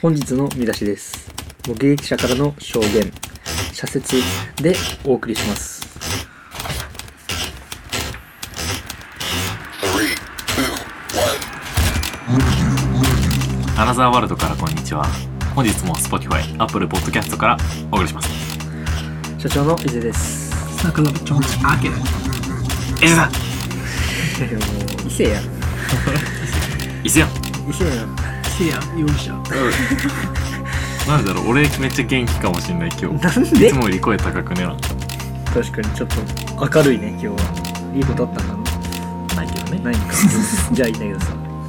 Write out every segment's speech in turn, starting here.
本日の見出しです目撃者からの証言社説でお送りします Three, two, one. アナザーワールドからこんにちは本日も Spotify、Apple Podcast からお送りします社長の伊勢ですえさもう伊勢やんいつや伊勢やんなんだろう俺めっちゃ元気かもしんない今日なんいでつもより声高くねな確かにちょっと明るいね今日はいいことあったんだないけどなないん かじゃあいいんだけどさ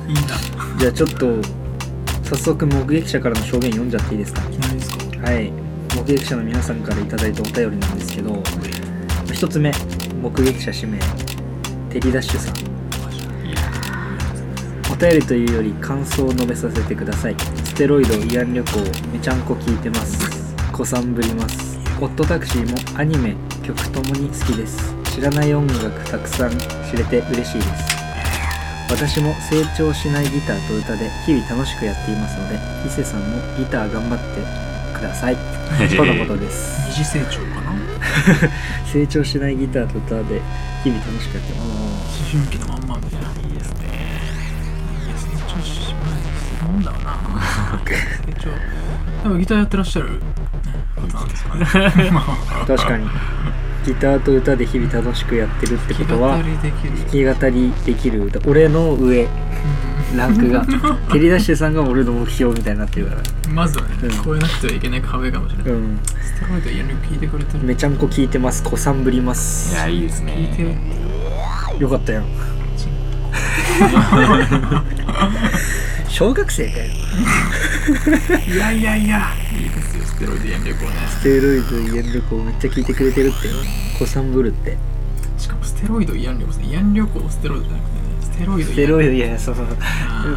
いいんだ。じゃあちょっと早速目撃者からの証言読んじゃっていいですかいきなりですか。はい目撃者の皆さんからいただいたお便りなんですけど一つ目目撃者氏名テリダッシュさんいやお便りというより感想を述べさせてくださいステロイド慰安旅行めちゃんこ聞いてます子さんぶりますホットタクシーもアニメ曲ともに好きです知らない音楽たくさん知れて嬉しいです私も成長しないギターと歌で日々楽しくやっていますので伊勢さんもギター頑張ってくださいとのことです二次成長かな。成長しないギターと歌で日々楽しくやってま思春期のまんまみたいな。いいですねいや、成長しない。なんだろうな。成長。でもギターやってらっしゃる。ことなんですかね。 す確かにギターと歌で日々楽しくやってるってことは 弾き語りできる。弾き語りできる歌俺の上ランクが蹴り出してさんが俺の目標みたいになってるからうんまずはね、うん聞こえなくてはいけない壁かもしれない。うんステロイドやる聞いてくれてる。めちゃんこ聞いてます子さんぶりまいすやいいです聞いてるね。よかった よ小学生かよいやいやいや。いいですよ、ステロイドやるこね。ステロイド言える子めっちゃ聞いてくれてるってよ子さんぶるってしかもステロイド慰安旅行ですね。慰安旅行ステロイドじゃなくてね、ステロイドステロイイドいやいやそうそうそうド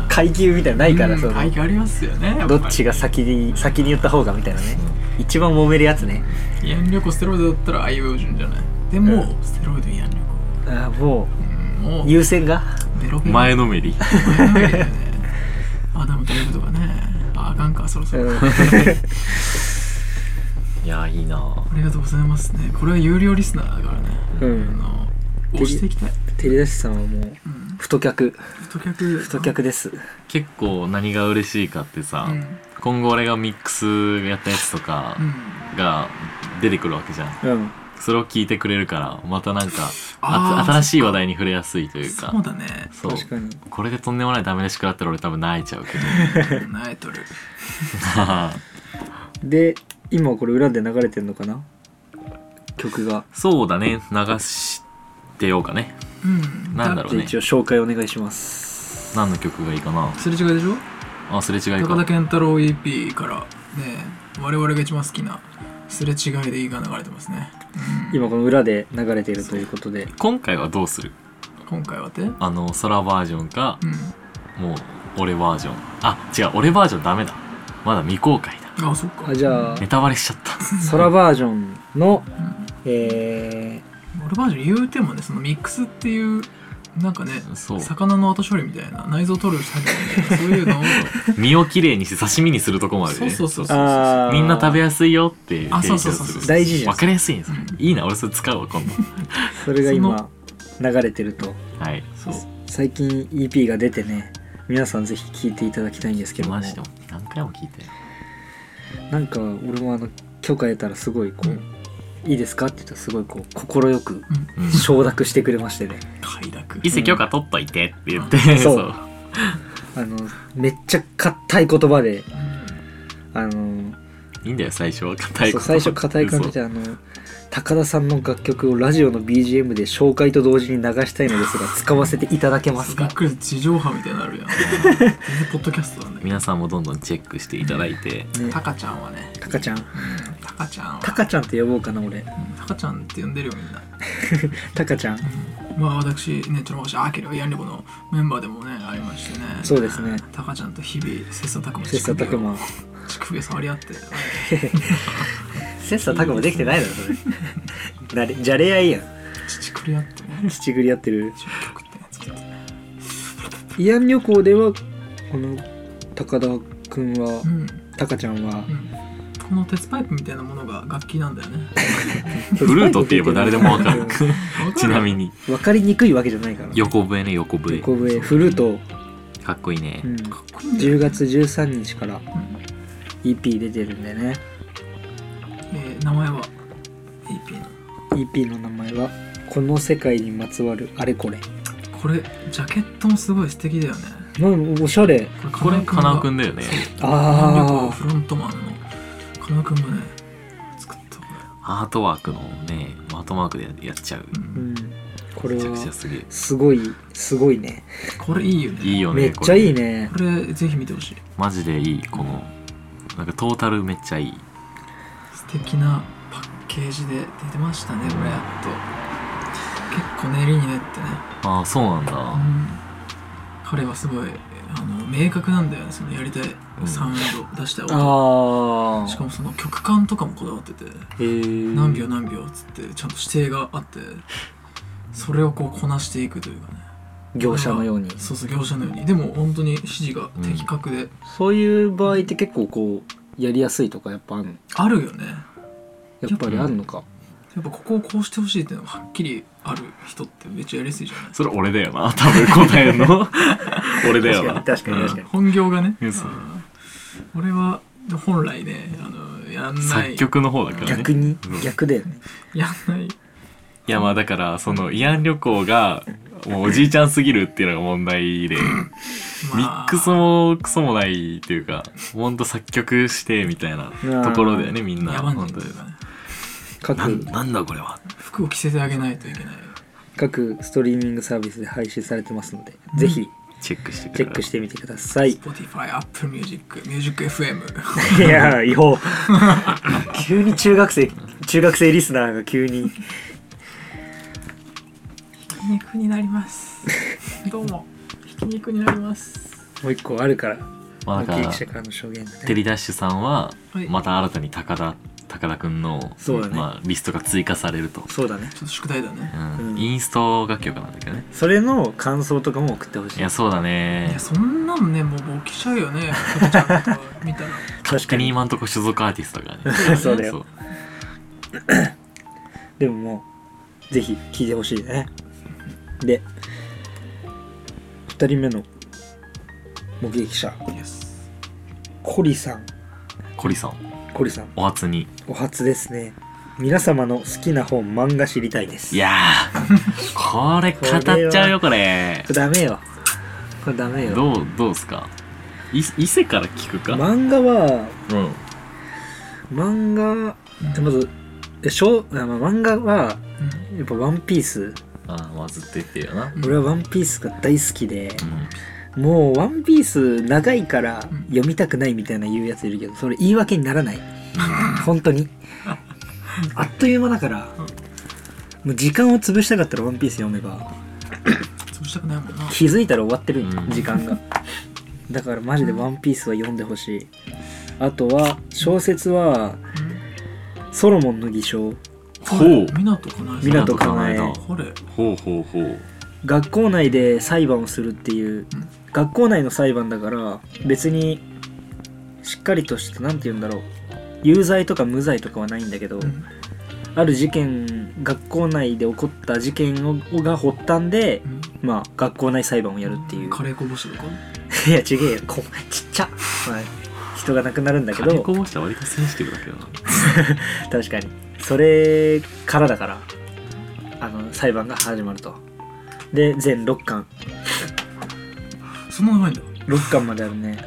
階級みたいなのないからうんその大会ありますよね。どっちが先に先に言った方がみたいなね一番揉めるやつね慰安旅行ステロイドだったらあいうえお順じゃない。でも、ステロイド慰安旅あーも行。うんもうう、優先がベロベ ロ。前 のめり前のめりだよね。アダムとエブとかね。あ、あかんか、そろそろ。 あいやいいなりがとうございますね。これは有料リスナーだからね。うんあの、押していきたい。照り出しさんはもううん。太客太客。太客です結構何が嬉しいかってさ、うん。今後俺がミックスやったやつとかうんが出てくるわけじゃんうんそれを聞いてくれるからまたなんかああー新しい話題に触れやすいというかそうだね。そう確かにこれでとんでもないダメ出し食らったら俺多分泣いちゃうけど ナイト ル。で今これ裏で流れてんのかな曲がそうだね流してようかねうん。なんだろうじゃあね一応紹介お願いします何の曲がいいかなすれ違いでしょあすれ違い高田か健太郎 EP からね我々が一番好きなすれ違いでいいが流れてますね、うん、今この裏で流れてるということで今回はどうする今回はてうんあの空バージョンかもう俺バージョンあ違う俺バージョンダメだまだ未公開だあそっかあじゃあネタバレしちゃった空バージョンのうんえ俺バージョン言うてもねそのミックスっていうなんかね そう魚の後処理みたいな内臓取る作業みたいなそうい うのを身をきれいにして刺身にするとこまでそうねそうそうー、そうあーみんな食べやすいよっていうあ提供そうそうそすうる大事じゃんわかりやすいんですねういいな俺それ使うわ今度それが今流れてるとはいそう最近 EP が出てね皆さんぜひ聴いていただきたいんですけ来どもましても何回も聞いてなんか俺もあの許可得たらすごいこう、うんいいですかって言ったらすごいこう快くうんうん承諾してくれましてね快諾伊勢許可取っといてって言って、んそうそうあのめっちゃ硬い言葉でうんあのいいんだよ最初は硬いそうこと最初硬い感じであの高田さんの楽曲をラジオの BGM で紹介と同時に流したいのですが使わせていただけますびっかくり地上波みたいになるやん全然ポッドキャストなんだけど皆さんもどんどんチェックしていただいてねタカちゃんはねタカちゃんタカちゃんはタカちゃんって呼ぼうかな俺うんタカちゃんって呼んでるよみんなタカちゃんまあ私ね、ちょっと昔、アーケル、ヤンリコのメンバーでもね、ありましてね。そうですねタカちゃんと日々、切磋琢磨切磋琢。磨乳首を触り合って。切磋琢磨できてないだろそれなれじゃれ合いやん乳くり合ってね。乳ぐり合ってる一応曲ってね、作ってね。慰安旅行ではこの高田くんはうん。タカちゃんはうんこの鉄パイプみたいなものが楽器なんだよねフルートって言えば誰でもわかる ちなみに分かりにくいわけじゃないから横笛ね横笛横笛フルート、かっこいいねうん、かっこいいんだよ10月13日からうん EP 出てるんでねえー名前は AP の EP の名前は「この世界にまつわるあれこれこれジャケットもすごい素敵だよね」なんおしゃれこれかなくんんだよねあフロントマンのかなくんがね作ったこアートワークのねアートマークでやっちゃうれ、う、あうんんこれめちゃくちゃはすげえすごいすごいねこれいいよねいいよねめっちゃいいこれねこれぜひ見てほしいマジでいいこのなんかトータルめっちゃいい素敵なパッケージで出てましたねこれやっと結構練りに練ってね、ああそうなんだ、彼はすごいあの明確なんだよねそのやりたいサウンド出したい音、あしかもその曲感とかもこだわっててへえ何秒何秒っつってちゃんと指定があってそれをこうこなしていくというかね業者のようにそうそう業者のようにでも本当に指示が的確で、そういう場合って結構こうやりやすいとかやっぱあるのあるよねやっぱりあるのかやっぱここをこうしてほしいっていうのがはっきりある人ってめっちゃやりやすいじゃないそれ俺だよな多分答えんの 俺だよな確かに確かに確かに本業がね、うんそううん俺は本来ねあのやんうんない作曲の方だからね逆にうん逆だよねやんないいやまあだからその慰安旅行がもうおじいちゃんすぎるっていうのが問題でミックスももクソもないっていうかほんと作曲してみたいなところだよねみんな野蛮本人当とにいうかね各なんだこれは服を着せてあげないといけない各ストリーミングサービスで配信されてますのでぜひチェックしてくチれェックしてみてください Spotify、Apple Music、MusicFM いや違法 急に中学生中学生リスナーが急にひき肉になり ますどうもひき肉になりますもう一個あるからまあだ目から撃者からの証言がテねリダッシュさんははいまた新たに高田高田くんの、そうだねまあ、リストが追加されると、そうだねちょっと宿題だねうんうんインスト楽曲なんだけどねそれの感想とかも送ってほしいいやそうだいねやそんなんねもう勃起しちゃうよねふくちゃんとか見たら確逆に今んとこ所属アーティストがね そうだよでももうぜひ聞いてほしいねで2人目の目撃者イエスコリさんコリさんコリさんお初にお初ですね皆様の好きな本漫画知りたいですいやーこれ語っちゃうよこれこれダメよこれダメよどうどうすかい伊勢から聞くか、漫画はうん漫画えまずえしょうあまあ漫画はうやっぱ「ワンピースあーまあずっと言ってるよな、ん俺は「ワンピースが大好きでうんもう「ワンピース長いからうん読みたくないみたいな言うやついるけどそれ言い訳にならない本当 にあっという間だからもう時間を潰したかったら「ワンピース読めば潰したくないもんな気づいたら終わってるうん時間がだからマジで「ワンピースは読んでほしいあとは小説は「ソロモンの偽証」ほう港かな湊かなえ湊これほうほうほう学校内で裁判をするっていう、うん学校内の裁判だから別にしっかりとして何て言うんだろう有罪とか無罪とかはないんだけど、うんある事件学校内で起こった事件をが発端でう、んまあ学校内裁判をやるっていうカレーこぼしとか いやちげえよこちっちゃ、はい、人が亡くなるんだけ金どこぼしたら割とセンシティブだけどな確かにそれからだからあの裁判が始まるとで全6巻そんな長いんだ6巻まであるね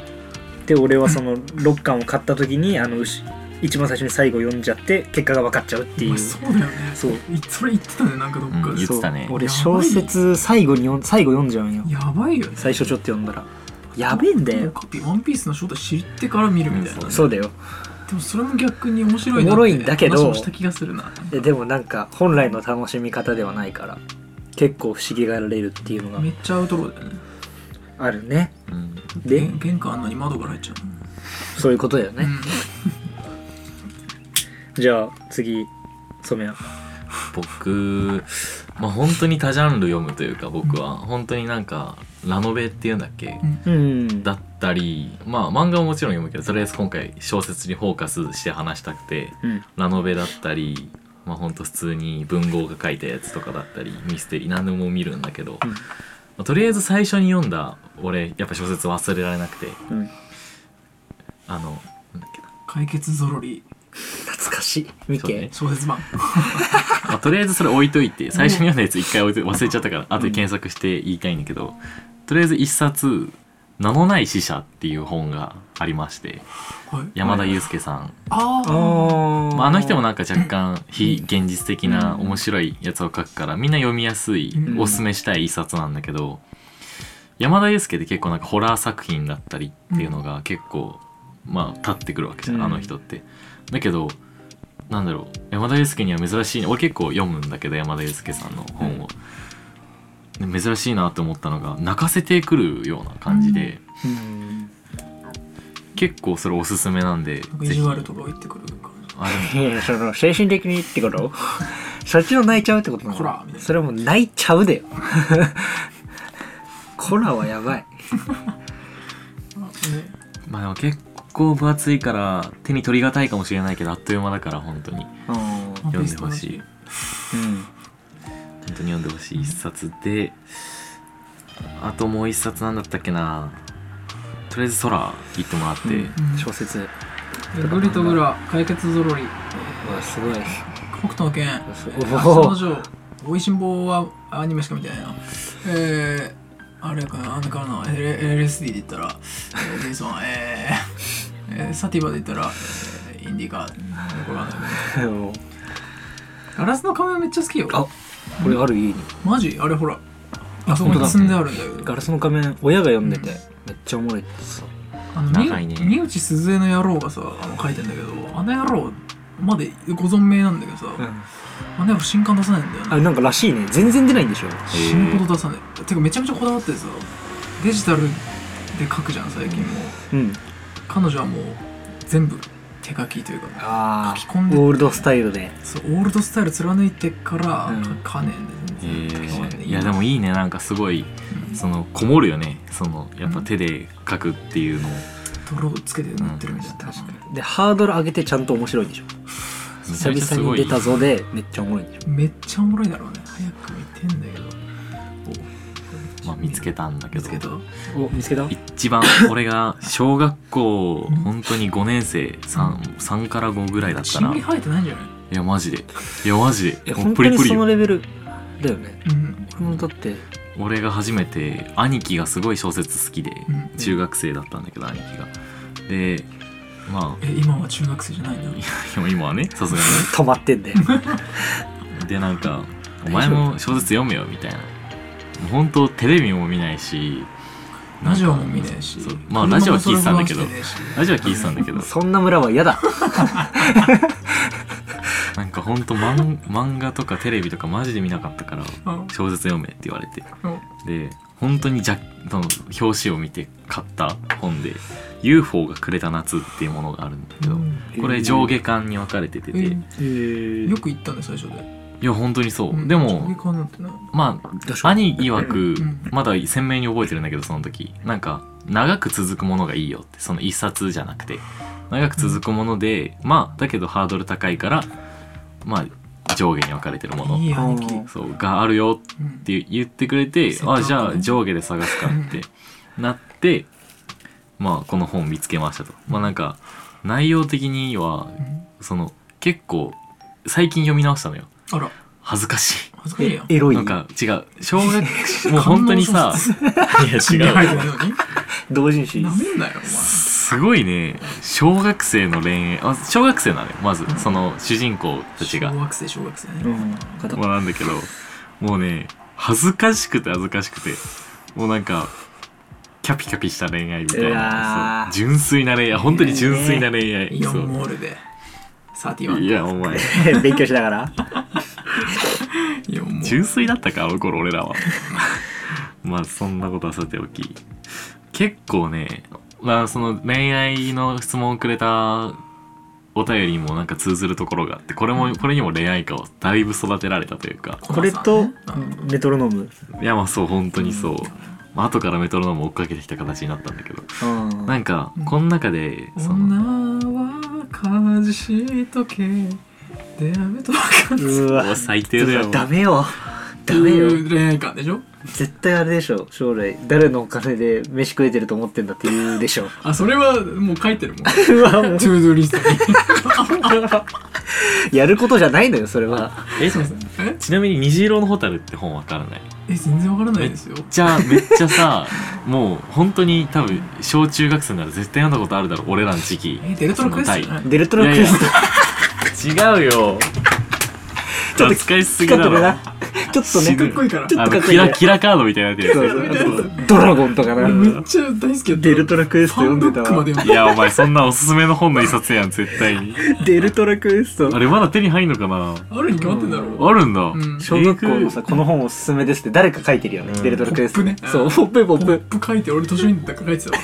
で俺はその6巻を買った時にあのうし一番最初に最後読んじゃって結果が分かっちゃうっていおう前そうだよねそういそれ言ってたねなんかどっかうんで言ってたねそう俺小説最後に読ん最後読んじゃうんよやばいよね最初ちょっと読んだらやべえんだよカピワンピースの正体知ってから見るみたいな、そうだよでもそれも逆に面白いなっておもろいんだけど話もした気がするなででもなんか本来の楽しみ方ではないから結構不思議がられるっていうのがめっちゃアウトローだよねあるねうんで玄玄関あんのに窓から入っちゃうのそういうことだようねんじゃあ次染谷僕まあ本当に多ジャンル読むというか僕は本当になんかラノベっていうんだっけ、んうんだったりまあ漫画ももちろん読むけどとりあえず今回小説にフォーカスして話したくてうんラノベだったりまあほんと普通に文豪が書いたやつとかだったりミステリー何でも見るんだけど、まあとりあえず最初に読んだ俺やっぱ小説忘れられなくてうんあのなんだっけな解決ぞろり懐かしいミそうケね小説版 まあ、とりあえずそれ置いといて最初に読んだやつ一回置いて忘れちゃったから後で検索して言いたいんだけど、とりあえず一冊「名のない死者」っていう本がありましてはい山田裕介さん、あああーまあ、あの人もなんか若干非現実的な面白いやつを書くからみんな読みやすいうんおすすめしたい一冊なんだけど山田裕介って結構なんかホラー作品だったりっていうのが結構まあ立ってくるわけじゃうんんあの人って。だけどなんだろう山田裕介には珍しい俺結構読むんだけど山田裕介さんの本を。で珍しいなと思ったのが泣かせてくるような感じでうん結構それおすすめなんでなんか意ぜ地ひ悪とか言ってくる感じあでもいやその精神的にってことそっちの泣いちゃうってことなのコラみたいなそれはもう泣いちゃうだよ コラはやばいあねまあでも結構分厚いから手に取りがたいかもしれないけどあっという間だから本当にうんワンピース読んでほしいうん本当に読んでほしい一冊であともう一冊なんだったっけなとりあえず空行ってもらって、うんと同じ小説ううんグリとグラ解決ぞろりわすごい北斗の拳おあおその女王おいしん坊はアニメしか見てないなえー、あれかなあれかな L- LSD で言ったらえージェイソンえー、えー、サティバで言ったら、えー、インディカーこれはねうんガラスの仮面めっちゃ好きよあこれある家にマジあれほらあそこ本当にだ積んであるんだよガラスの仮面親が読んでてめっちゃおもろいってさあの長いみね三内すずえの野郎がさあの書いてんだけどあの野郎までご存命なんだけどさ、あの野郎新刊出さないんだよなあなんからしいね全然出ないんでしょ死ぬほど出さない、てかめちゃめちゃこだわってさデジタルで書くじゃん最近もううん彼女はもう全部手書きというかあ書きあ込んでオールドスタイルでそうオールドスタイル貫いてから、うんかねえんえで全然書き込んーでいやでもいいねなんかすごいうんそのこもるよねそのやっぱ手で書くっていうの泥をつけて塗ってるみたいな、確かでハードル上げてちゃんと面白いんでしょめちゃめち久ゃす々ごにい出たぞでめっちゃおもろいんでしょにめっちゃおもろいだろうね早く見てんだけどおまあ、見つけたんだけ見どつけたお見つけた一番俺が小学校本当に5年生 3, 3から5ぐらいだった心ら理い生えてないんじゃないやマジでいやマジえでも本当うプリにプリそよのレベルだよねうんこれもだって俺が初めて兄貴がすごい小説好きでうん中学生だったんだけど兄貴がでまあえ今は中学生じゃないんだいや今はねさすが止まってんだよにでなんか「お前も小説読めよ」みたいなもう本当テレビも見ないしラジオも見ねえしそうまあラジオは聞いてたんだけど車もそれほラジオは聞いてたんだけ どそんな村は嫌だなんかほんと漫漫画とかテレビとかマジで見なかったからど走ってねえし小説読めって言われてうんうでん本当にジャその表紙を見て買った本で「UFO がくれた夏」っていうものがあるんだけど、これ上下巻に分かれててて、うんいえよく言ったね最初で、や本当にそう、うんで衝も撃感なんてないまでしあょ兄曰くうんまだ鮮明に覚えてるんだけどその時なんか長く続くものがいいよってその一冊じゃなくて長く続くもので、まあだけどハードル高いからまあ上下に分かれてるものいい兄貴、あそうがあるよっうんて言ってくれてセットアップあねじゃあ上下で探すかってなってまあこの本見つけましたと。まあなんか内容的にはうんその結構最近読み直したのよあら恥ずかしい恥ずかしいえやんエロいなんか違う小学 もう本当にさい違うや違う同人誌なめんなよすごいね小学生の恋愛あ小学生なのよまずその主人公おたち前が小学生小学生うねん片まあなんだけどもうね恥ずかしくて恥ずかしくてもうなんかキャピキャピした恋愛みたいうなわーそう純粋な恋愛本当に純粋な恋愛、イオそンうモールでサティワンいやお前 勉強しながらイオンモール純粋だったかあの頃俺らは まあそんなことはさておき結構ね、まあ、その恋愛の質問をくれたお便りにもなんか通ずるところがあってこれもこれにも恋愛観をだいぶ育てられたというかこれとコナさんねメトロノームいやまあそう本当にそうまあ後からメトロノーム追っかけてきた形になったんだけどあーなんかこの中でそ女のは家事しとけ出会うと分かるうもわう最低だよダメよダメよ恋愛感でしょ絶対あれでしょ将来誰のお金で飯食えてると思ってんだって言うでし ょあそれはもう書いてるもんトゥ うわもうードゥーリストにやることじゃないのよそれはえそうえちなみに「虹色の蛍」って本わからないえ全然わからないですよじゃあめっちゃさもう本当に多分小中学生なら絶対読んだことあるだろ俺らの時期えデルトロクエストじゃないデルトロクエストいやいや違うよちょっと扱いすぎ使だってろるなちょっと死ねぬかっこいいからちょっあとかのっこいキいねラキラカードみたいなやつやそうそうあとドラゴンとかな俺めっちゃ大好きだったデルトロクエスト読んでたファンブックまわで読んいやお前そんなおすすめの本の一冊やん絶対にデルトロクエストあれまだ手に入んのかなあるに決まってんだろうあるんだ、ん小学校のさこの本おすすめですって誰か書いてるよねうんデルトロクエスポップトねそうポップポポッップ書いて俺図書院だから書いてたわ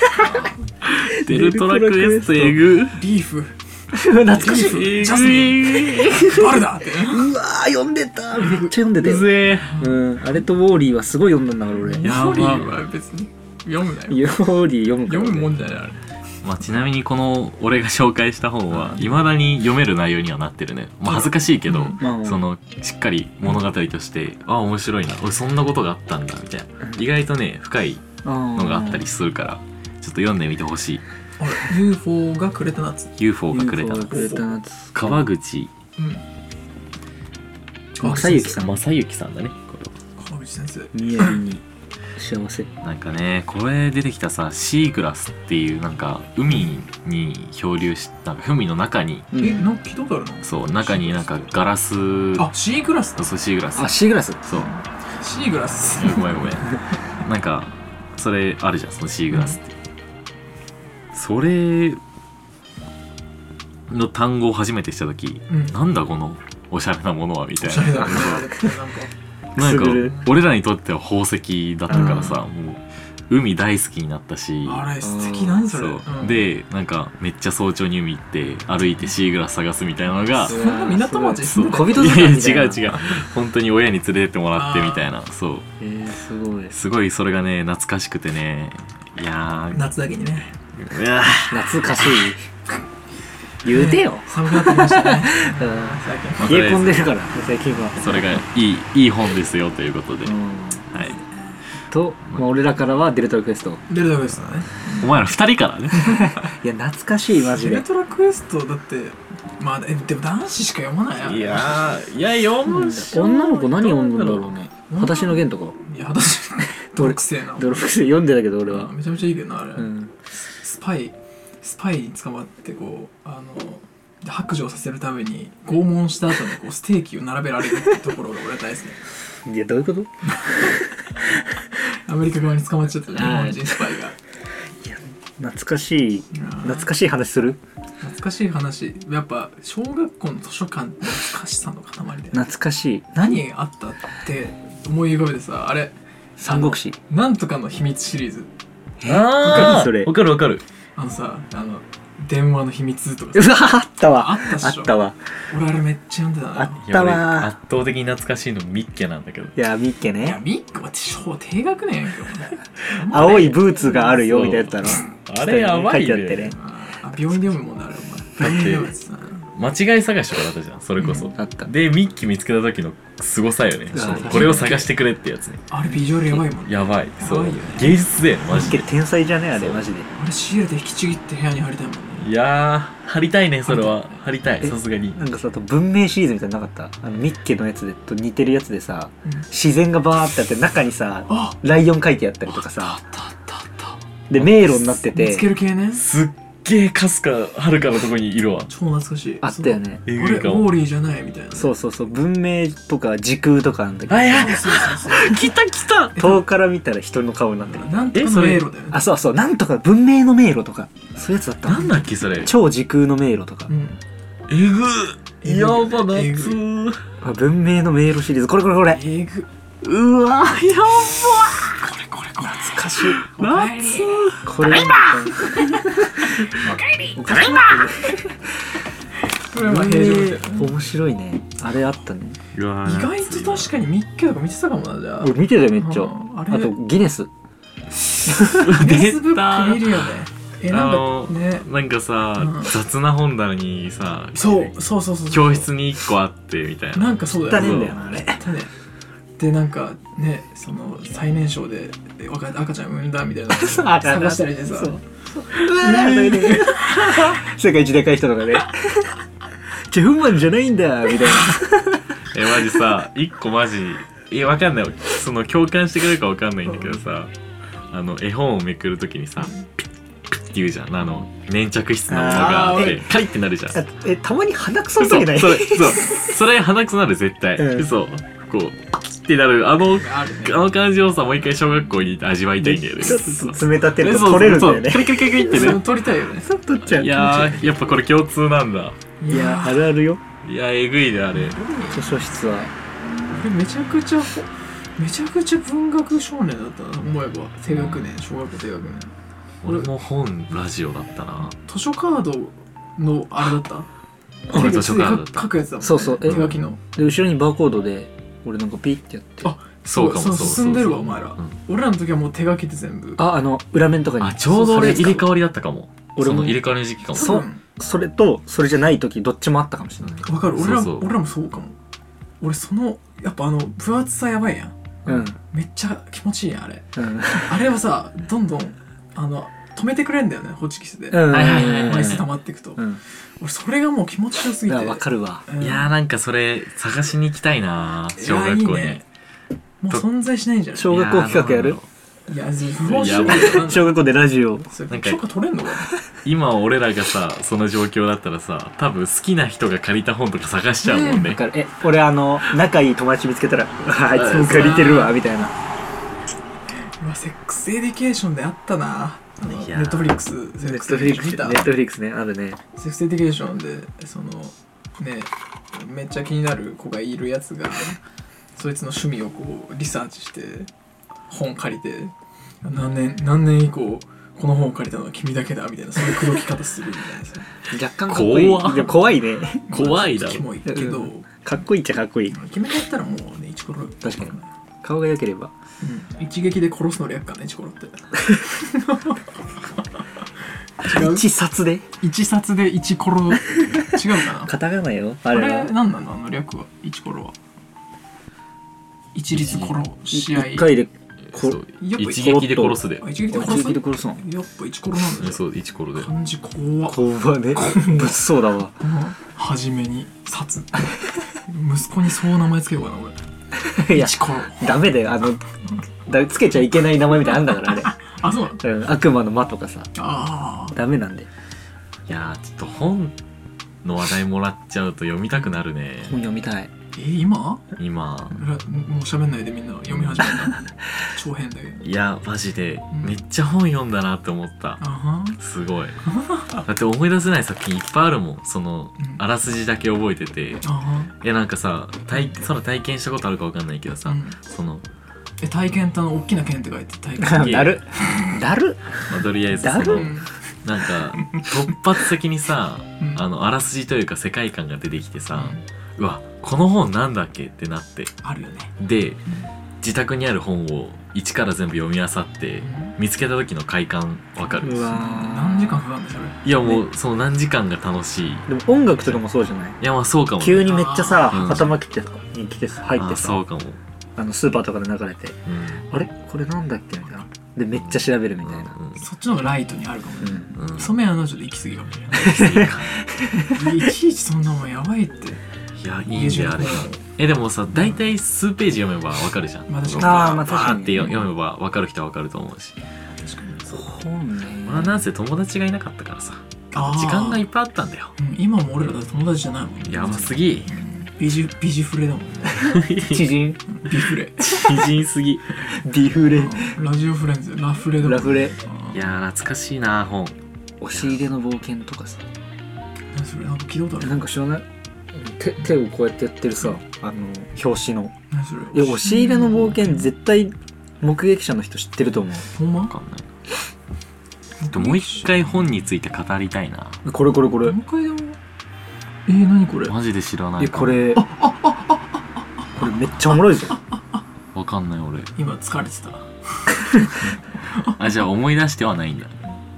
デルトラクエストえぐリーフプ懐かしいえジャスぐミいうバルダーってうわー読んでためっちゃ読んでたよぜうんあれとウォーリーはすごい読んだんだから俺やばリーフは別に読むなよウォーリー読むから読むもねんじゃないあれまあ、ちなみにこの俺が紹介した本はいまだに読める内容にはなってるね、まあ、恥ずかしいけど、うんまあそのしっかり物語としてあ面白いな俺そんなことがあったんだみたいな意外とね深いののがあったりするからちょっと読んでみてほしいあれ UFO がくれた夏 UFO がくれた UFO がくれたな川口うん正幸さん正幸さんだねこ川口先生宮城に幸せれなんかねこれ出てきたさシーグラスっていうなんか海に漂流した海の中にうんえなんか聞いたことあるのそう中になんかガラスあ C クラスだそうシーグラスあシーグラスそう C クラスごめんごめんなんかそれあるじゃんそのシーグラスってそれの単語を初めてした時うんなんだこのおしゃれなものはみたおしゃれいだなねなんかなくすんかぐる俺らにとっては宝石だったからさ、もう海大好きになったし あれ素敵何そそれう、うんでなんかめっちゃ早朝に海行って歩いてシーグラス探すみたいなのがそんな港町にそ住うんで小人いや坂みたいいなや違う違う本当に親に連れてってもらってみたいなそうえー、すごいすごいそれがね懐かしくてねいやー夏だけにねうわー懐かしい 言うて よ、寒くなってきましたねうん最近まあと冷りあええ込んずでるから最近はそれがいいいい本ですよということで、うんはい、と、まあ、俺らからはデルトロクエストデルトラクエストだねお前ら2人からねいや懐かしいマジデでルトラクエストだってまあえでも男子しか読まないいやーいや読むし女の子何読んだんだろうね「うん裸足の弦」とかいや私俺独生なドロップスで読んでたけど俺はめちゃめちゃいいけどなあれ、うんスパイスパイに捕まってこうあので白状させるために拷問した後に こうステーキを並べられるっていうところが俺は大好きいやどういうことアメリカ側に捕まっちゃった日はい本人スパイが懐かしい懐かしい話する懐かしい話やっぱ小学校の図書館って懐かしさの塊だよね懐かしい何あったって思い浮かべてさあれ三国志なんとかの秘密シリーズあーそれわかるわかるあのさあの電話の秘密と かうさわあったわああったっしょったわ俺あれめっちゃ読んでたのよあいや俺圧倒的に懐かしいのミッキャなんだけどいやミッケいやねミックは小低学年やけどね青いブーツがあるよみたいなやつだろあれやばい書いてあってねねあ病院で読むもんだあれお前病院で読むやつだな間違い探しとかだったじゃんそれこそ、あったでミッキー見つけた時のすごさよねそうこれを探してくれってやつねあれビジュアルやばいもんねやばいそうやばいよね芸術だよねマミッジケで天才じゃねあれそうマジであれシールで引きちぎって部屋に貼りたいもんねいやー貼りたいねそれは貼りたいえさすがになんかさあと文明シリーズみたいなのなかったあのミッケのやつでと似てるやつでさうん自然がバーってあって中にさあライオン書いてあったりとかさあったあったあったで迷路になって見つてける系ねすっげえかすかはるかのとこにいるわ超懐かしいあったよねそえうぐあれいウかォもーリーじゃないみたいなそうそうそう文明とか時空とかなんだけどいそうそうそうそ来た来た遠から見たら人の顔になってるうなんとかえのそれ迷路だよねあそうそうなんとか文明の迷路とかそういうやつだったなんだっけそれ超時空の迷路とかう、んえぐえいぐいやば夏えあ文明の迷路シリーズこれこれこれえぐうわやこれこれこれ懐かしい夏これおかえりこれはまあ平常みたいな面白いねあれあったねうわ意外と確かにミッキーとか見てたかもなじゃあ俺見てたよめっちうんあゃれあとギネス Facebook 見るよね。え、あなんのかね。なんかさ、うん雑な本棚にさそう、そうそうそう。教室に1個あってみたいななんかそうだ汚よねえんだよね。なあれだねで、なんかね、その最年少でで若い赤ちゃん産んだみたいな。探したりしてさそ。う世界一でかい人とかね じゃフンマンじゃないんだみたいなえマジさ1個マジえわかんないその共感してくれるかわかんないんだけどさあの絵本をめくるときにさピッピッって言うじゃんあの粘着質のものがあっあてーカリってなるじゃんあえたまに鼻くそ嘘すぎそなれいそうそれ鼻くそなる絶対、うん嘘こうパキってなるあのあるね。あの感じをさもう一回小学校に行って味わいたいんだよねちょっそうと詰め立てえるとそう取れるんだよそうねカリカリカリカリってそのね取りたいよね。そう取っちゃういやーやっぱこれ共通なんだいやあるあるよいやえぐいねあれ図書室は俺めちゃくちゃほめちゃくちゃ文学少年だったな思えば低学年小学校低学年俺も本ラジオだったな図書カードのあれだった俺図書カードだっ手書きた書くやつだもん、ね、そうそうえ手書きので後ろにバーコードで俺なんかピッてやってあそうかもそうそうそう進んでるわお前らうん俺らの時はもう手書きで全部ああの裏面とかにあちょうど俺それ入れ替わりだったかも俺俺もも入れ替わりの時期かもそう多分それとそれじゃない時どっちもあったかもしれないわかる俺そらうそう俺らもそうかも俺そのやっぱあの分厚さやばいやんうんめっちゃ気持ちいいやんあれうんあれ をさどんどんあの止めてくれんだよねホチキスで、うんはいはいはいうん枚数溜まっていくと、うん俺それがもう気持ちよすいぎてやわかるわうんいやーなんかそれ探しに行きたいな小学いやいい校にねもう存在しないんじゃない小学校企画やるいや、不法や集ばい会小学校でラジオそれなんか許可取れ んのか今俺らがさその状況だったらさ多分好きな人が借りた本とか探しちゃうもんわねかるえ俺あの仲いい友達見つけたらあいつも借りてるわみたいなうわ、セックスエディケーションであったな。あのネいやーットフリックス、セネッックストエフデリィケックーショスン見ネた。ットフリックスねあるねセックスエディケーションで、その、ね、めっちゃ気になる子がいるやつが、そいつの趣味をこう、リサーチして、本借りて、何年、何年以降、この本を借りたのは君だけだ、みたいな、そういう口説き方するみたいなさ。若干かっこいい怖っいや怖いね怖いだキモろいけど、かっこいいっちゃかっこいい決めちゃったらもうね、イチコロ。確かに顔が良ければうん一撃で殺すの略かねチコロって違う一冊で一冊で一コ ロ違うかなカタカナよああれれは何なんなのあの略は一コロは一律コロ試合一回でこそうやっぱ一撃で殺すであ一撃で一殺す撃でや殺すのっぱ一コロなんだうんよそう一コロで漢字怖っ怖ね物騒だわ初めに殺息子にそう名前つけようかない俺や一コロダメだよあのだつけちゃいけない名前みたいなのあんだからあそうなのあれ、うん、悪魔の間とかさああダメなんでいやーちょっと本の話題もらっちゃうと読みたくなるね本読みた いえー今今らもう喋んないでみんな読み始め た長編だけどいやマジでんめっちゃ本読んだなって思ったあはすごいだって思い出せない作品いっぱいあるもんそのうんあらすじだけ覚えててあはいやなんかさ体そら体験したことあるかわかんないけどさ、うんその、え体験とあの大きな剣って書いて体 験だるだるまあ、とりあえずだそるのうんなんか突発的にさ、うんあのあらすじというか世界観が出てきてうさ、んうわこの本なんだっけってなってあるよねで自宅にある本を一から全部読み漁って見つけた時の快感わかる、うわー何時間かかるんだそれいやもう、その何時間が楽しいいでも音楽とかもそうじゃないやまあそうかもね、急にめっちゃさ、うん頭きてに来てさ入っあてそさうかも、あのスーパーとかで流れてうんあれこれなんだっけみたいなでめっちゃ調べるみたいな、そっちの方がライトにあるかもうねんうんうんソメアのちょっと行き過ぎかもしれないいちいちそんなもんやばいって いやいいんだよあれがえでもさ大体数ページ読めばわかるじゃんまあ確かにあーまあバ確かーにってよ読めばわかる人はわかると思うし確かにそう本ね俺はなんせ友達がいなかったからさあー時間がいっぱいあったんだようん今も俺らだって友達じゃないもんねやばすぎビジビジフレだもんね知人ビフレ美人すぎいビフレ ラジオフレンズラフレだもんラフレあーやー懐かしいな本押し入れの冒険とかさ何それなんか聞いたことあなるんか知らない手手をこうやってやってるさあの表紙の何それいや押し入れの冒険絶対目撃者の人知ってると思ほんまわかんないあともう一回本について語りたいなうこれこれこれもう一回でもえー、何これマジで知らないえかこれこれめっちゃおもろいぞわかんない俺今疲れてたあじゃあ思い出してはないんだ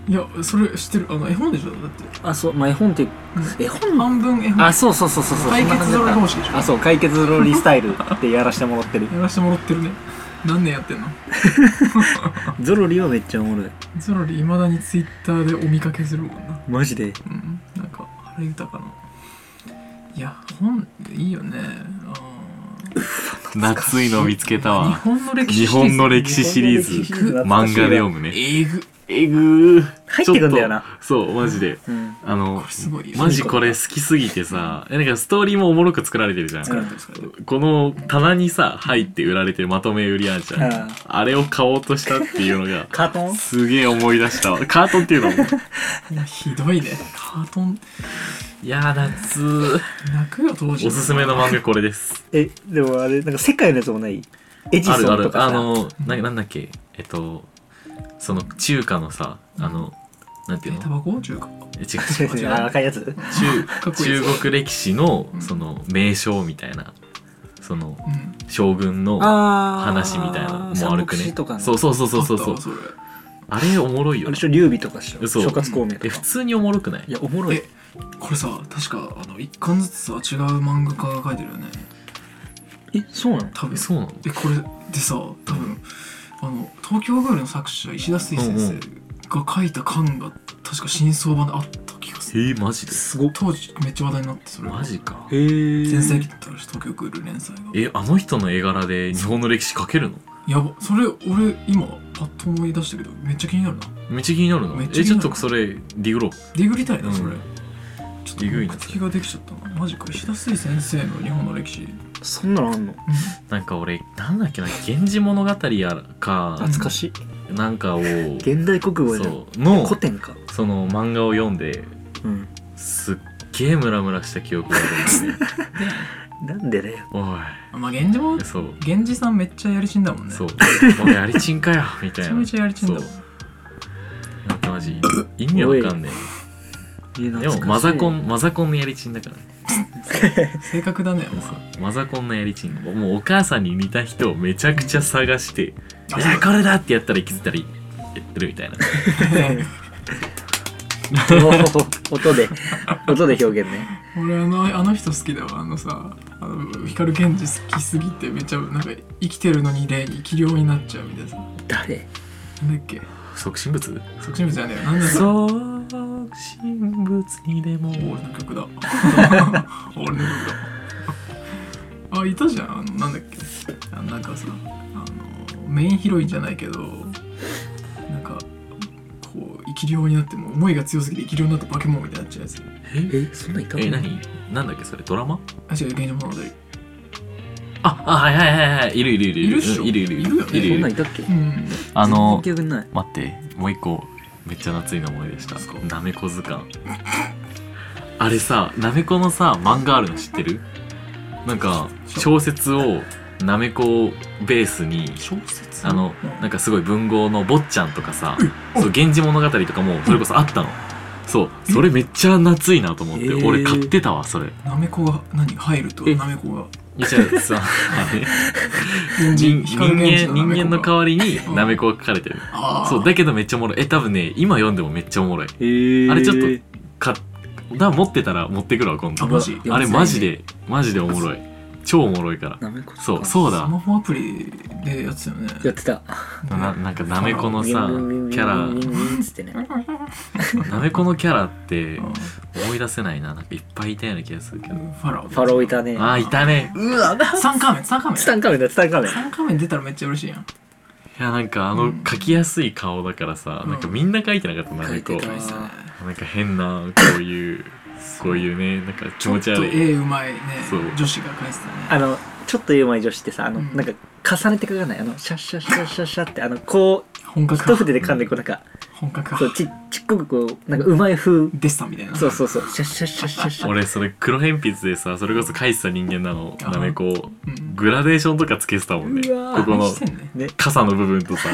いやそれ知ってるあの絵本でしょだってあそうまあ絵本って絵本半分絵本あそうそうそうそうそう解決ゾロリ方式でしょあそう解決ロリスタイルってやらしてもらってるやらしてもらってるね何年やってんのゾロリはめっちゃおもろいゾロリいまだにツイッターでお見かけするもんなマジでうんなんかあれ豊かないや本いいよねあ夏いの見つけたー日わ本の歴史日本の歴史シリーズ日本の歴史シリーズ漫画で読むねえぐえぐー入ってくんだよなちょっとそうマジでうんあのこれすごいよマジこれ好きすぎてさえなんかストーリーもおもろく作られてるじゃんうんこの棚にさ入って売られてるまとめ売りあるじゃうんんあれを買おうとしたっていうの がカートンすげえ思い出したわカートンっていうのも いやひどいねカートンいやー夏泣くよ当時おすすめの漫画これですえでもあれなんか世界のやつもないエジソあるあンとるかさ あのななんだっけえっとその中華のさあのなんていうえのタバコ中華え違う違う違うあ赤いやつかっこいい や中つ国歴史のうんその名称みたいなそのうん将軍のあ話みたいなのも悪くねとかそうそうそうそうそうあそうったわあれおもろいあよれなでしょ劉備とかでしょそう諸葛孔明えとか普通におもろくないいやおもろいえれこれさ確かあの一巻ずつさ違う漫画家が描いてるよねえそうなの多分そうなのでこれでさ多分あの東京グールの作者石田水先生が書いた巻が確か真相版であった気がすえるー、マジですごっ当時めっちゃ話題になってそれマジかへえ全盛期だったらしい東京グール連載がえあの人の絵柄で日本の歴史書けるのやばそれ俺今パッと思い出したけどめっちゃ気になるなめっちゃ気になるのめえっちゃ気ちになょるっとそれディグロディグりたいうんなそれ、ちょっとディグ目リな的ができちゃったなマジか石田水先生の日本の歴史そんなのあんのうなんか俺なんだっけな「源氏物語」やらか懐かしいなんかを現代国語じゃんそうの古典かその漫画を読んでうんすっげえムラムラした記憶があるんだよねなんでだよおまあ源氏もいそう源氏さんめっちゃやりちんだもんねそうもめうやりちんかよみたいちなゃめちゃやりちんだもんそうなんかマジ意味わかんねいやえ懐でかしもいマザコンマザコンのやりちんだからね正確だねお前そうマザコンのやりちんもうお母さんに似た人をめちゃくちゃ探して「あいやこれだ!」ってやったら気づいたらやってるみたいなお音で音で表現ね 俺あのあの人好きだわあのさあの光源氏好きすぎてめちゃなんか生きてるのに霊に生き量になっちゃうみたいなさ誰なんだっけ即身仏即身仏じゃねえよなんだっけ即身仏にでも俺の 曲だ俺の曲だあいたじゃんあのなんだっけあなんかさあのメインヒロインじゃないけどなんかこう生き量になってもう思いが強すぎて生き量になって化け物みたいになっちゃうやつええそんなんいたのえ何なんだっけそれドラマあ違う現状物語ああはいはいはいはいいるいるいるいるっしょうんいるいるいるよねいるそいんるなんいたっけうんあの全然記憶ない待ってもう一個めっちゃ夏いの思い出したそうなめこ図鑑あれさなめこのさ漫画あるの知ってるなんか小説をなめこベースに小説あのうんなんかすごい文豪の坊ちゃんとかさ「そう源氏物語」とかもそれこそあったのそうそれめっちゃ夏いなと思ってえー俺買ってたわそれなめこが何入るとえなめこがいや違うさあれ 人人光源氏間人間の代わわりになめこが書かれてるあそうだけどめっちゃおもろいえ多分ね今読んでもめっちゃおもろいえーあれちょっとかだ持ってたら持ってくるわ今あ度マジうわあれマジでマジでおもろい超おもろいからなめこそうそうスだマホアプリでやってたよねやってたななんかなめこのさキウィンウィンウィンャウィンウィンウィランウィンつってねなめこのキャラってうん思い出せないななんかいっぱいいたような気がするけどファラオファローいたねあーいたねうわ三仮面三仮ツ面タンカメンだツタンカメン三仮面出たらめっちゃ嬉しいやんいやなんかあの描きやすい顔だからさうんなんかみんな描いてなかったなめこ描いてたなんか変なこういうこういうねなんか気ちょ持っちと悪い絵うまいねそう女子が描いてたあねのちょっと言う前女子ってさあのうんなんか重ねて書かないあのシャッシャッシャッシャッシャッってあのこう本格一派筆で噛んでこうなんか本格そう派ちちっこくこうなんかうまい風デッサンみたいなそうそうそうシャッシャッシャッシャッ シャッ俺それ黒鉛筆でさそれこそ描いてた人間なのあーなめこをうんグラデーションとかつけてたもんねうわーここのしてんねね傘の部分とさ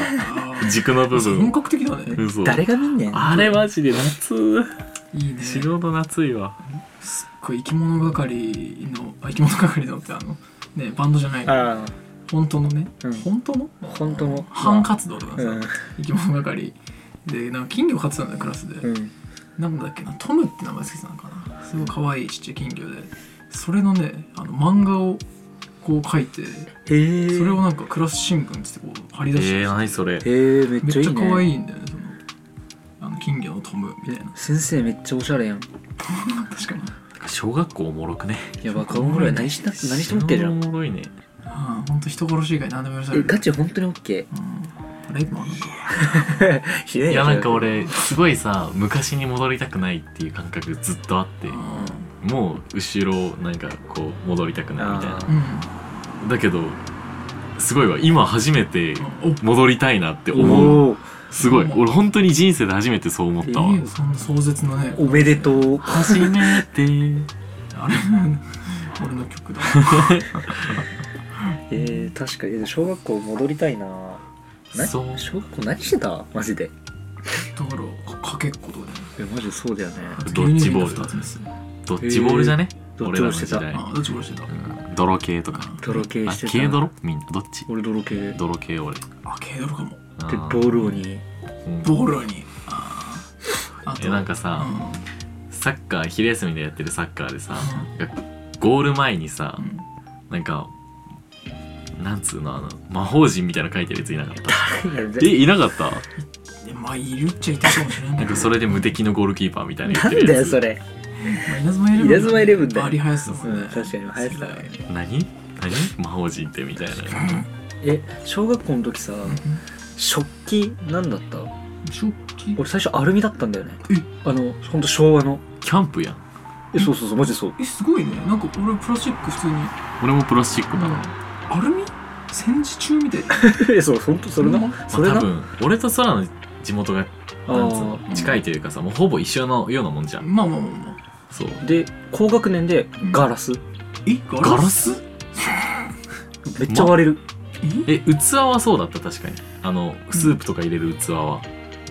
あ軸の部ー本分格的だね嘘誰が見んねんあれマジで夏いいね死ぬほど夏いわこれ生き物係のあ生き物係のってあのねバンドじゃないのああ本当のね、うん本当の本当の反活動とかさ、うん生き物係でなんか金魚飼ってたんだよクラスで、うんなんだっけなトムって名前つけてたのかなすごい可愛いちっちゃい金魚でそれのねあの漫画をこう書いてへえそれをなんかクラス新聞つってこう貼り出してえるー、何それへえめっめっちゃいちいゃね可愛いんだよねそのあの金魚のトムみたいな先生めっちゃおしゃれやん確かに小学校おもろくねいやバカおもろい何した何しても OK じゃおんもろいねああほんと人殺し以外何でも許されえるガチ本当に OK うんレイプもあんのかひでえいやなんかそれ俺すごいさ昔に戻りたくないっていう感覚ずっとあってもう後ろなんかこう戻りたくないみたいなあうだけどすごいわ今初めてんお戻りたいなって思うおおすごい俺本当に人生で初めてそう思ったわいいいいよそんな壮絶なねおめでとう初めてあれ 俺の曲だえー、確かに小学校戻りたいななそう小学校何してたマジでだからかかけっことかだよねいやマジそうだよねドッジボール牛乳瓶二つですドッジボールじゃねえー俺らの時ドッジボール代あどっち殺してたうん泥系とか泥系あしてた系泥みんなどっち俺泥系で泥系俺あ軽泥かもあボール鬼うんボールにあーあえなんかさサッカー昼休みでやってるサッカーでさゴール前にさうんうんなんかなんつうのあの魔法陣みたいなの書いてるやついなかったええいなかったでまあいるっちゃいたかもしれなないんけかどそれで無敵のゴールキーパーみたいな言っ なてるんだよやつそれまあ稲妻イレブン稲妻イレブンだよバリ早すもんうねん確かに流行ってた世代何何魔法陣ってみたいなえ小学校の時さ食器何だった食器俺最初アルミだったんだよねえあのほんと昭和のキャンプやんえそうそうそうマジそうえすごいねなんか俺プラスチック普通に俺もプラスチックだなんな、かアルミ戦時中みたいな えそうほんとそれなうんそれまあ、な多分俺と空の地元がなんつうのあー近いというかさもうほぼ一緒のようなもんじゃんまあまあまあまあそうで高学年でガラスえガラスめっちゃ割れるええ器はそうだった確かにあのスープとか入れる器は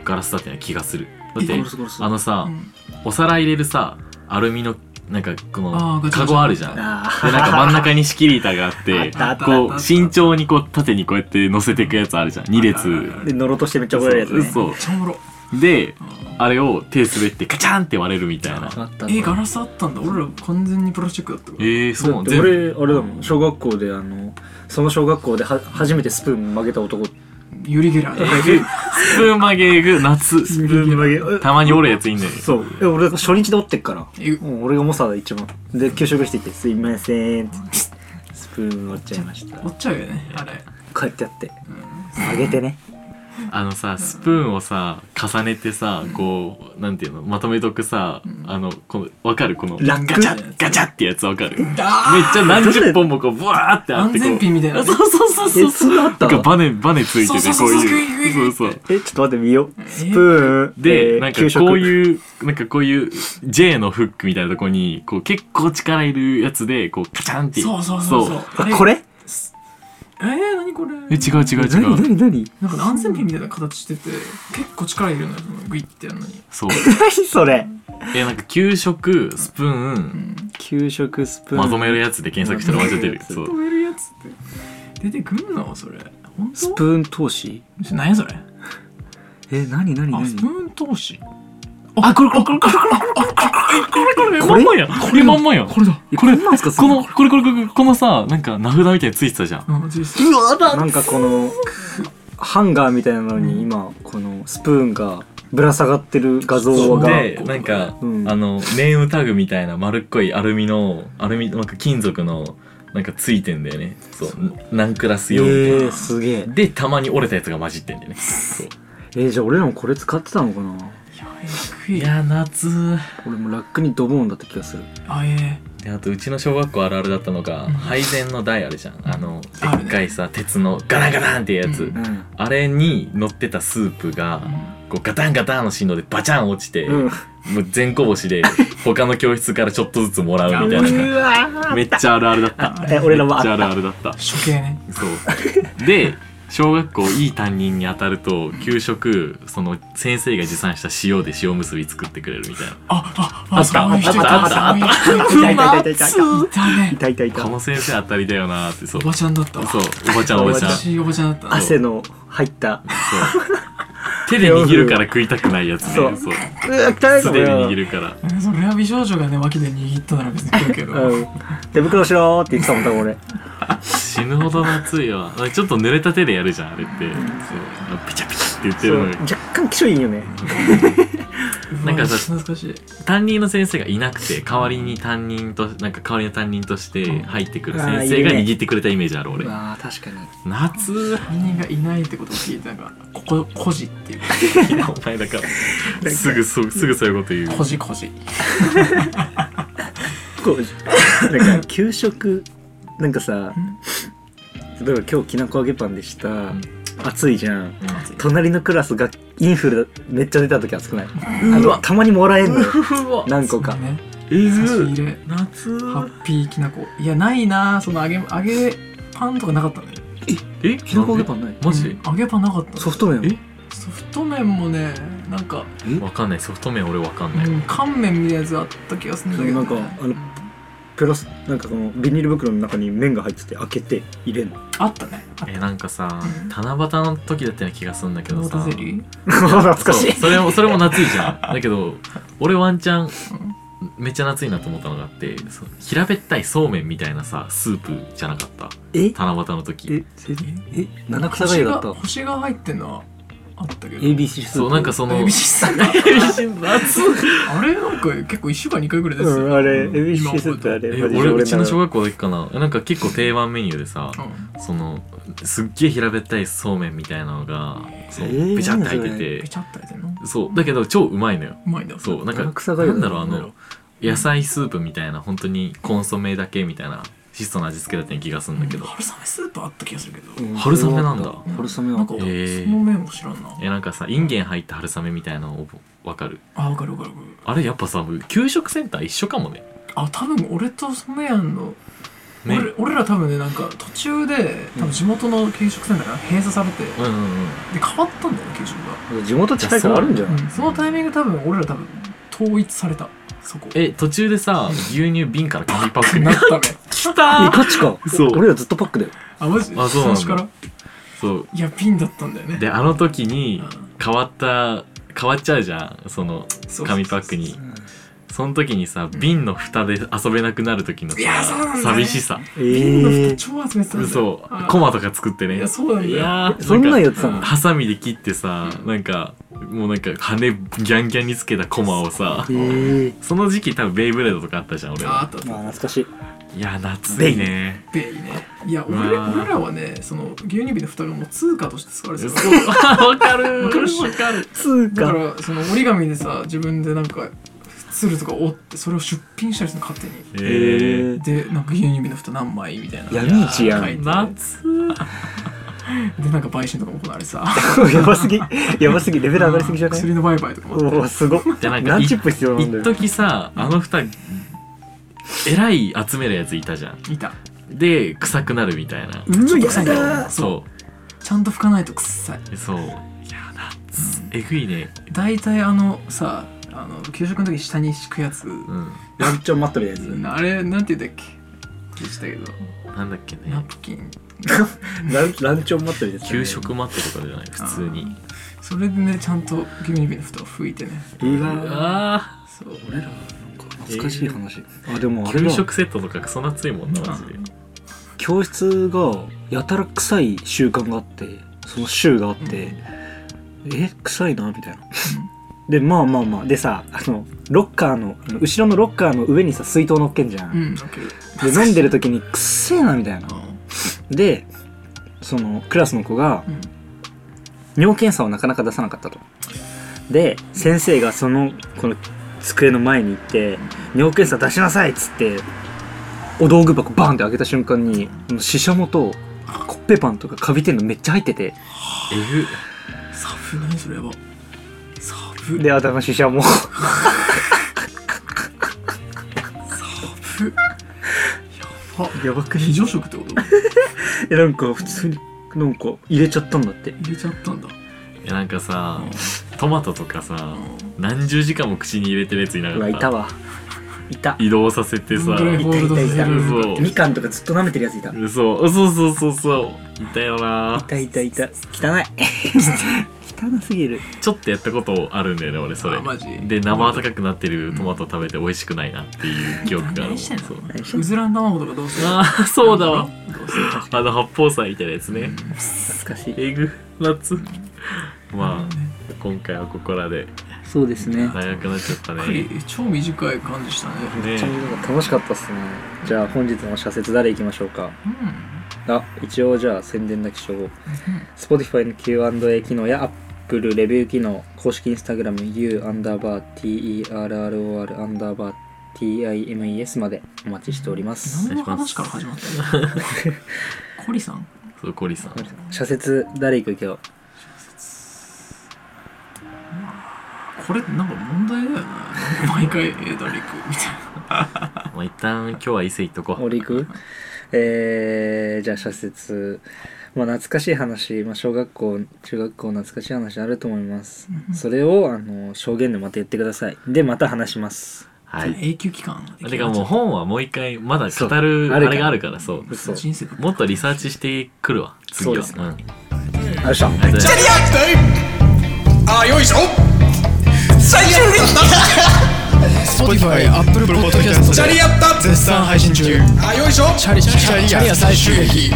ガラスだったような気がするだっガてラスガラスあのうさんお皿入れるさアルミのなんかこあーのガチャガチャカゴあるじゃんであーなんか真ん中に仕切り板があっあてったあったこあったあっうた慎重にこう縦にこうやって乗せていくやつあるじゃん2列 で乗ろうとしてめっちゃ怒られるやつねそうめっちゃおもろそうでうんあれを手滑ってカチャンって割れるみたいなあったんだえガラスあったんだ俺ら完全にプラスチックだったからえー、そうだっなんて全部俺あれだもん小学校であのその小学校では初めてスプーン曲げた男ユリゲラーだスプーン曲げぐ夏プーン曲げたまに折るやついんだよねそうえ俺初日で折ってっからえもう俺が重さだ一番で給食していって「すいません」ってスプーン折っちゃいました折っちゃうよねあれこうやってやって曲げてねあのさスプーンをさ重ねてさこうなんていうのまとめとくさあのこのわかるこのラックガチャガチャってやつわかるめっあちゃ何十本もこうブワーってあっ安てこ全うピンみたいなそうそうそうそうえそんなあったなんかバネバネついてそうてそこううそういうそうそうえちょっと待ってみようスプーンで、えーなんか給食こういうなんかこういう J のフックみたいなとこにこう結構力いるやつでこうカチャンってそうそうそうそうああこれえー、何これえ違う違う違う何何何 なんか安全ピンみたいな形してて結構力いるんだよそのグイってやるのにそう何それえなんか給食スプーン給食スプーンまとめるやつで検索したらまとめてるようんそう止めるやつって出てくんのそれ本ス当プーン投資何やそれえ何何あ何スプーン投資あ、これこれこれこれこれこれこれこれこれこれこれまんまやんこれだえこれこんなんすかそこんなのこれこれこれこのさなんか名札みたいについてたじゃんうん実際うわなんかこのハンガーみたいなのに今このスプーンがぶら下がってる画像がでなんか、うんあのネームタグみたいな丸っこいアルミのアルミなんか金属のなんかついてんだよねそう何クラスえ用みたいー、な、すげえでたまに折れたやつが混じってんだよねそうえー、じゃあ俺らもこれ使ってたのかないやえぐいいや夏俺もラックにドボンだった気がするあえであとうちの小学校あるあるだったのが、うん配膳の台あるじゃんあのであるねっかいさ、鉄のガランガランってやつ、うんうんあれに乗ってたスープが、こうガタンガタンの振動でバチャン落ち て、うんもう全こぼしで他の教室からちょっとずつもらうみたいなわめっちゃあるあるだったえ俺らもあめっっちゃたあるあるだったー処刑ねそうで小学校いい担任に当たると給食その先生が持参した塩で塩結び作ってくれるみたいなあ、あったそういうあ人いったあったいたいいたいたいたいたいたたいたねい。たいたいこたの先生当たりだよなーってそおうばちゃんだったわ。そうおばちゃんおばちゃんそう私おばちゃんだったな。汗の入った手で握るから食いたくないやつねそうそううわ汚い素か手でも握よるからえそれは美少女がね、脇で握ったなら別に食うけど。うん手袋しろーって言ってたもん多分俺死ぬほど熱いわちょっと濡れた手でやるじゃんあれってそうピチャピチャって言ってるのそにう若干気性いいよねなんかさ懐かしい。担任の先生がいなくて代わりに担任となんか代わりの担任として入ってくるあー先い生るがね握ってくれたイメージある俺あ確かに夏担任がいないってことを聞いて、なんか、ここ、こじっていう。お前だからすぐそうすぐそういうこと言こうじこじ。こうなんか給食なんかさ例えば今日きなこ揚げパンでしたん暑いじゃんう隣のクラスがインフルめっちゃ出た時暑くないうあわのたまにもらえんのよんうわ何個かそうねえ差しぐ入れ。夏ハッピーきなこ。いや、ないなその揚げ、揚げパンとかなかったね。えきなこ揚げパンンないマジで揚げパンなかったのソフト麺えソフト麺もね、なんか、わかんないソフト麺俺わかんないうん、乾麺みたいなやつあった気がするんだけど、ね、そうなんかあのプラスなんかこのビニール袋の中に麺が入ってて開けて入れ んのあったねあっえなんかさうん七夕の時だったような気がするんだけたどモータさゼリー懐かしいそうそれもそれも夏いじゃんだけど俺ワンチャンめっちゃ夏いなと思ったのがあってそう平べったいそうめんみたいなさスープじゃなかったえ七夕の時ええ七草がゆだった星が星が入ってんのはあったけど ABC スープそうなんかその ABC さ んがあれなんか結構1週間2回ぐらいですよ、うんあれうん ABC スープあれえマジで俺うちのな小学校の時かななんか結構定番メニューでさうんそのすっげえ平べったいそうめんみたいなのがそうえーべちゃって入ってべてちゃったやつやなそうだけど超うまいのようまいんだそうなんか七草がゆだなんだろうあなんだろの野菜スープみたいな本当にコンソメだけみたいな質素な味付けだったような気がするんだけど春雨スープあった気がするけど、うん春雨なんだ春雨ななんんかかそえーの麺も知らんなえなんかさインゲン入った春雨みたいなのわかるあわかるわかるわかるあれやっぱさ給食センター一緒かもねあ多分俺と染谷の、ね俺俺ら多分ねなんか途中で多分地元の給食センターが閉鎖されて、うんうんうんで変わったんだよね給食が地元近いからあるんじゃないうんそのタイミング多分俺ら多分統一されたそこえ途中でさ牛乳瓶から紙パックに なったねきえガチかそう俺らずっとパックだよ あマジあそうなんだ最初からそういやピンだったんだよねであの時にうん変わった変わっちゃうじゃんそのそう紙パックにその時にさ瓶の蓋で遊べなくなる時のさいやそうなんだよね寂しさえピンの蓋ー超集めてたんだよそうあコマとか作ってねいやそうなんだよいやーそんなんやってたなんのかハサミで切ってさなんかもうなんか羽ギャンギャンにつけたコマをさえーその時期多分ベイブレードとかあったじゃん俺ああはったあっまあた懐かしいいや夏いねベイねいや俺うわー俺らはねその牛乳瓶の蓋がもう通貨として使われてたそう わかるわわかかるっるしょ通だか貨らその折り紙でさ自分でなんか鶴とか折ってそれを出品したりするの勝手にええーーでなんか牛乳瓶の蓋何枚みたいな闇市やん書いて夏でなんか売春とかも行われてさやばすぎやばすぎレベル上がりすぎじゃない薬の売買とかもあっておおすごっじゃなんか何チップ必要なんだ一よ時さあの蓋えらい集めるやついたじゃんいたで臭くなるみたいなうわちょっとや臭いんだよだーそちゃんと拭かないと臭いうそういや夏えぐいね大体あのさあの給食の時下に敷くやつ、うんランチョンマットみたいなやあれなんて言うんだっけ聞いたけどなんだっけナねプキンつランランチョンマットみたいなやつ給食マットとかじゃない普通にそれでねちゃんと牛乳瓶の蓋を拭いてねううわわそう俺ら懐かしい話あでもあーれ給だ食セットとかクソ夏いもんなマジで教室がやたら臭い習慣があってその週があって、え臭いなみたいな でまあまあまあでさあのロッカーのあの後ろのロッカーの上にさ水筒乗っけんじゃ、うんん OK で飲んでる時にくっせえなみたいなでそのクラスの子がうん尿検査をなかなか出さなかったとで先生がそのこの机の前に行って尿検査出しなさいっつってお道具箱バーンって開けた瞬間にシシャモとコッペパンとかカビてんのめっちゃ入っててえぐサブ何それやばサブで頭シシャモ サブやばやばく非常食ってことえなんか普通になんか入れちゃったんだって入れちゃったんだいやなんかさトマトとかさう何十時間も口に入れてるやついなうかわっいたたわいた移動させてさドライホールドさせられるそうみかんとかずっと舐めてるやついたいそうそうそうそうそういたよなたいたいた汚い 汚すぎるちょっとやったことあるんだよね俺それあマジで生温かくなってるトマト食べて美味しくないなっていう記憶がある何してんのそう何してんうのずらん卵とかどうするあーそうだわどうするあの八宝菜みたいなやつね懐かしいえぐ夏まあ今回はここらでそうですね長くなっちゃったゆっねくり超短い感じしたねめっちゃ楽しかったっすねじゃあ本日の社説誰行きましょうかうんあ一応じゃあ宣伝だけしよう Spotify の Q&A 機能や Apple レビュー機能公式 InstagramU アンダーバー TERROR アンダーバー TIMES までお待ちしております何の話から始まったの コリさんそうコリさん社説誰行く今日これなんか問題だよな毎回えー誰行くみたいなまあ一旦今日は伊勢行っとこう俺行くえー、じゃあ社説まあ懐かしい話、まあ、小学校中学校懐かしい話あると思いますうんそれをあの証言でまた言ってくださいでまた話しますはい永久期間てかもう本はもう一回まだ語るそうああるかられがあるからそう嘘人生だもっとリサーチしてくるわ次そはうですうねんありあれしたがとうございますリアクティあーよいしょ最終日スポティファイアップルポッドキャストチャリアッタ絶賛配信中あーよいしょチャリチャリア最終劇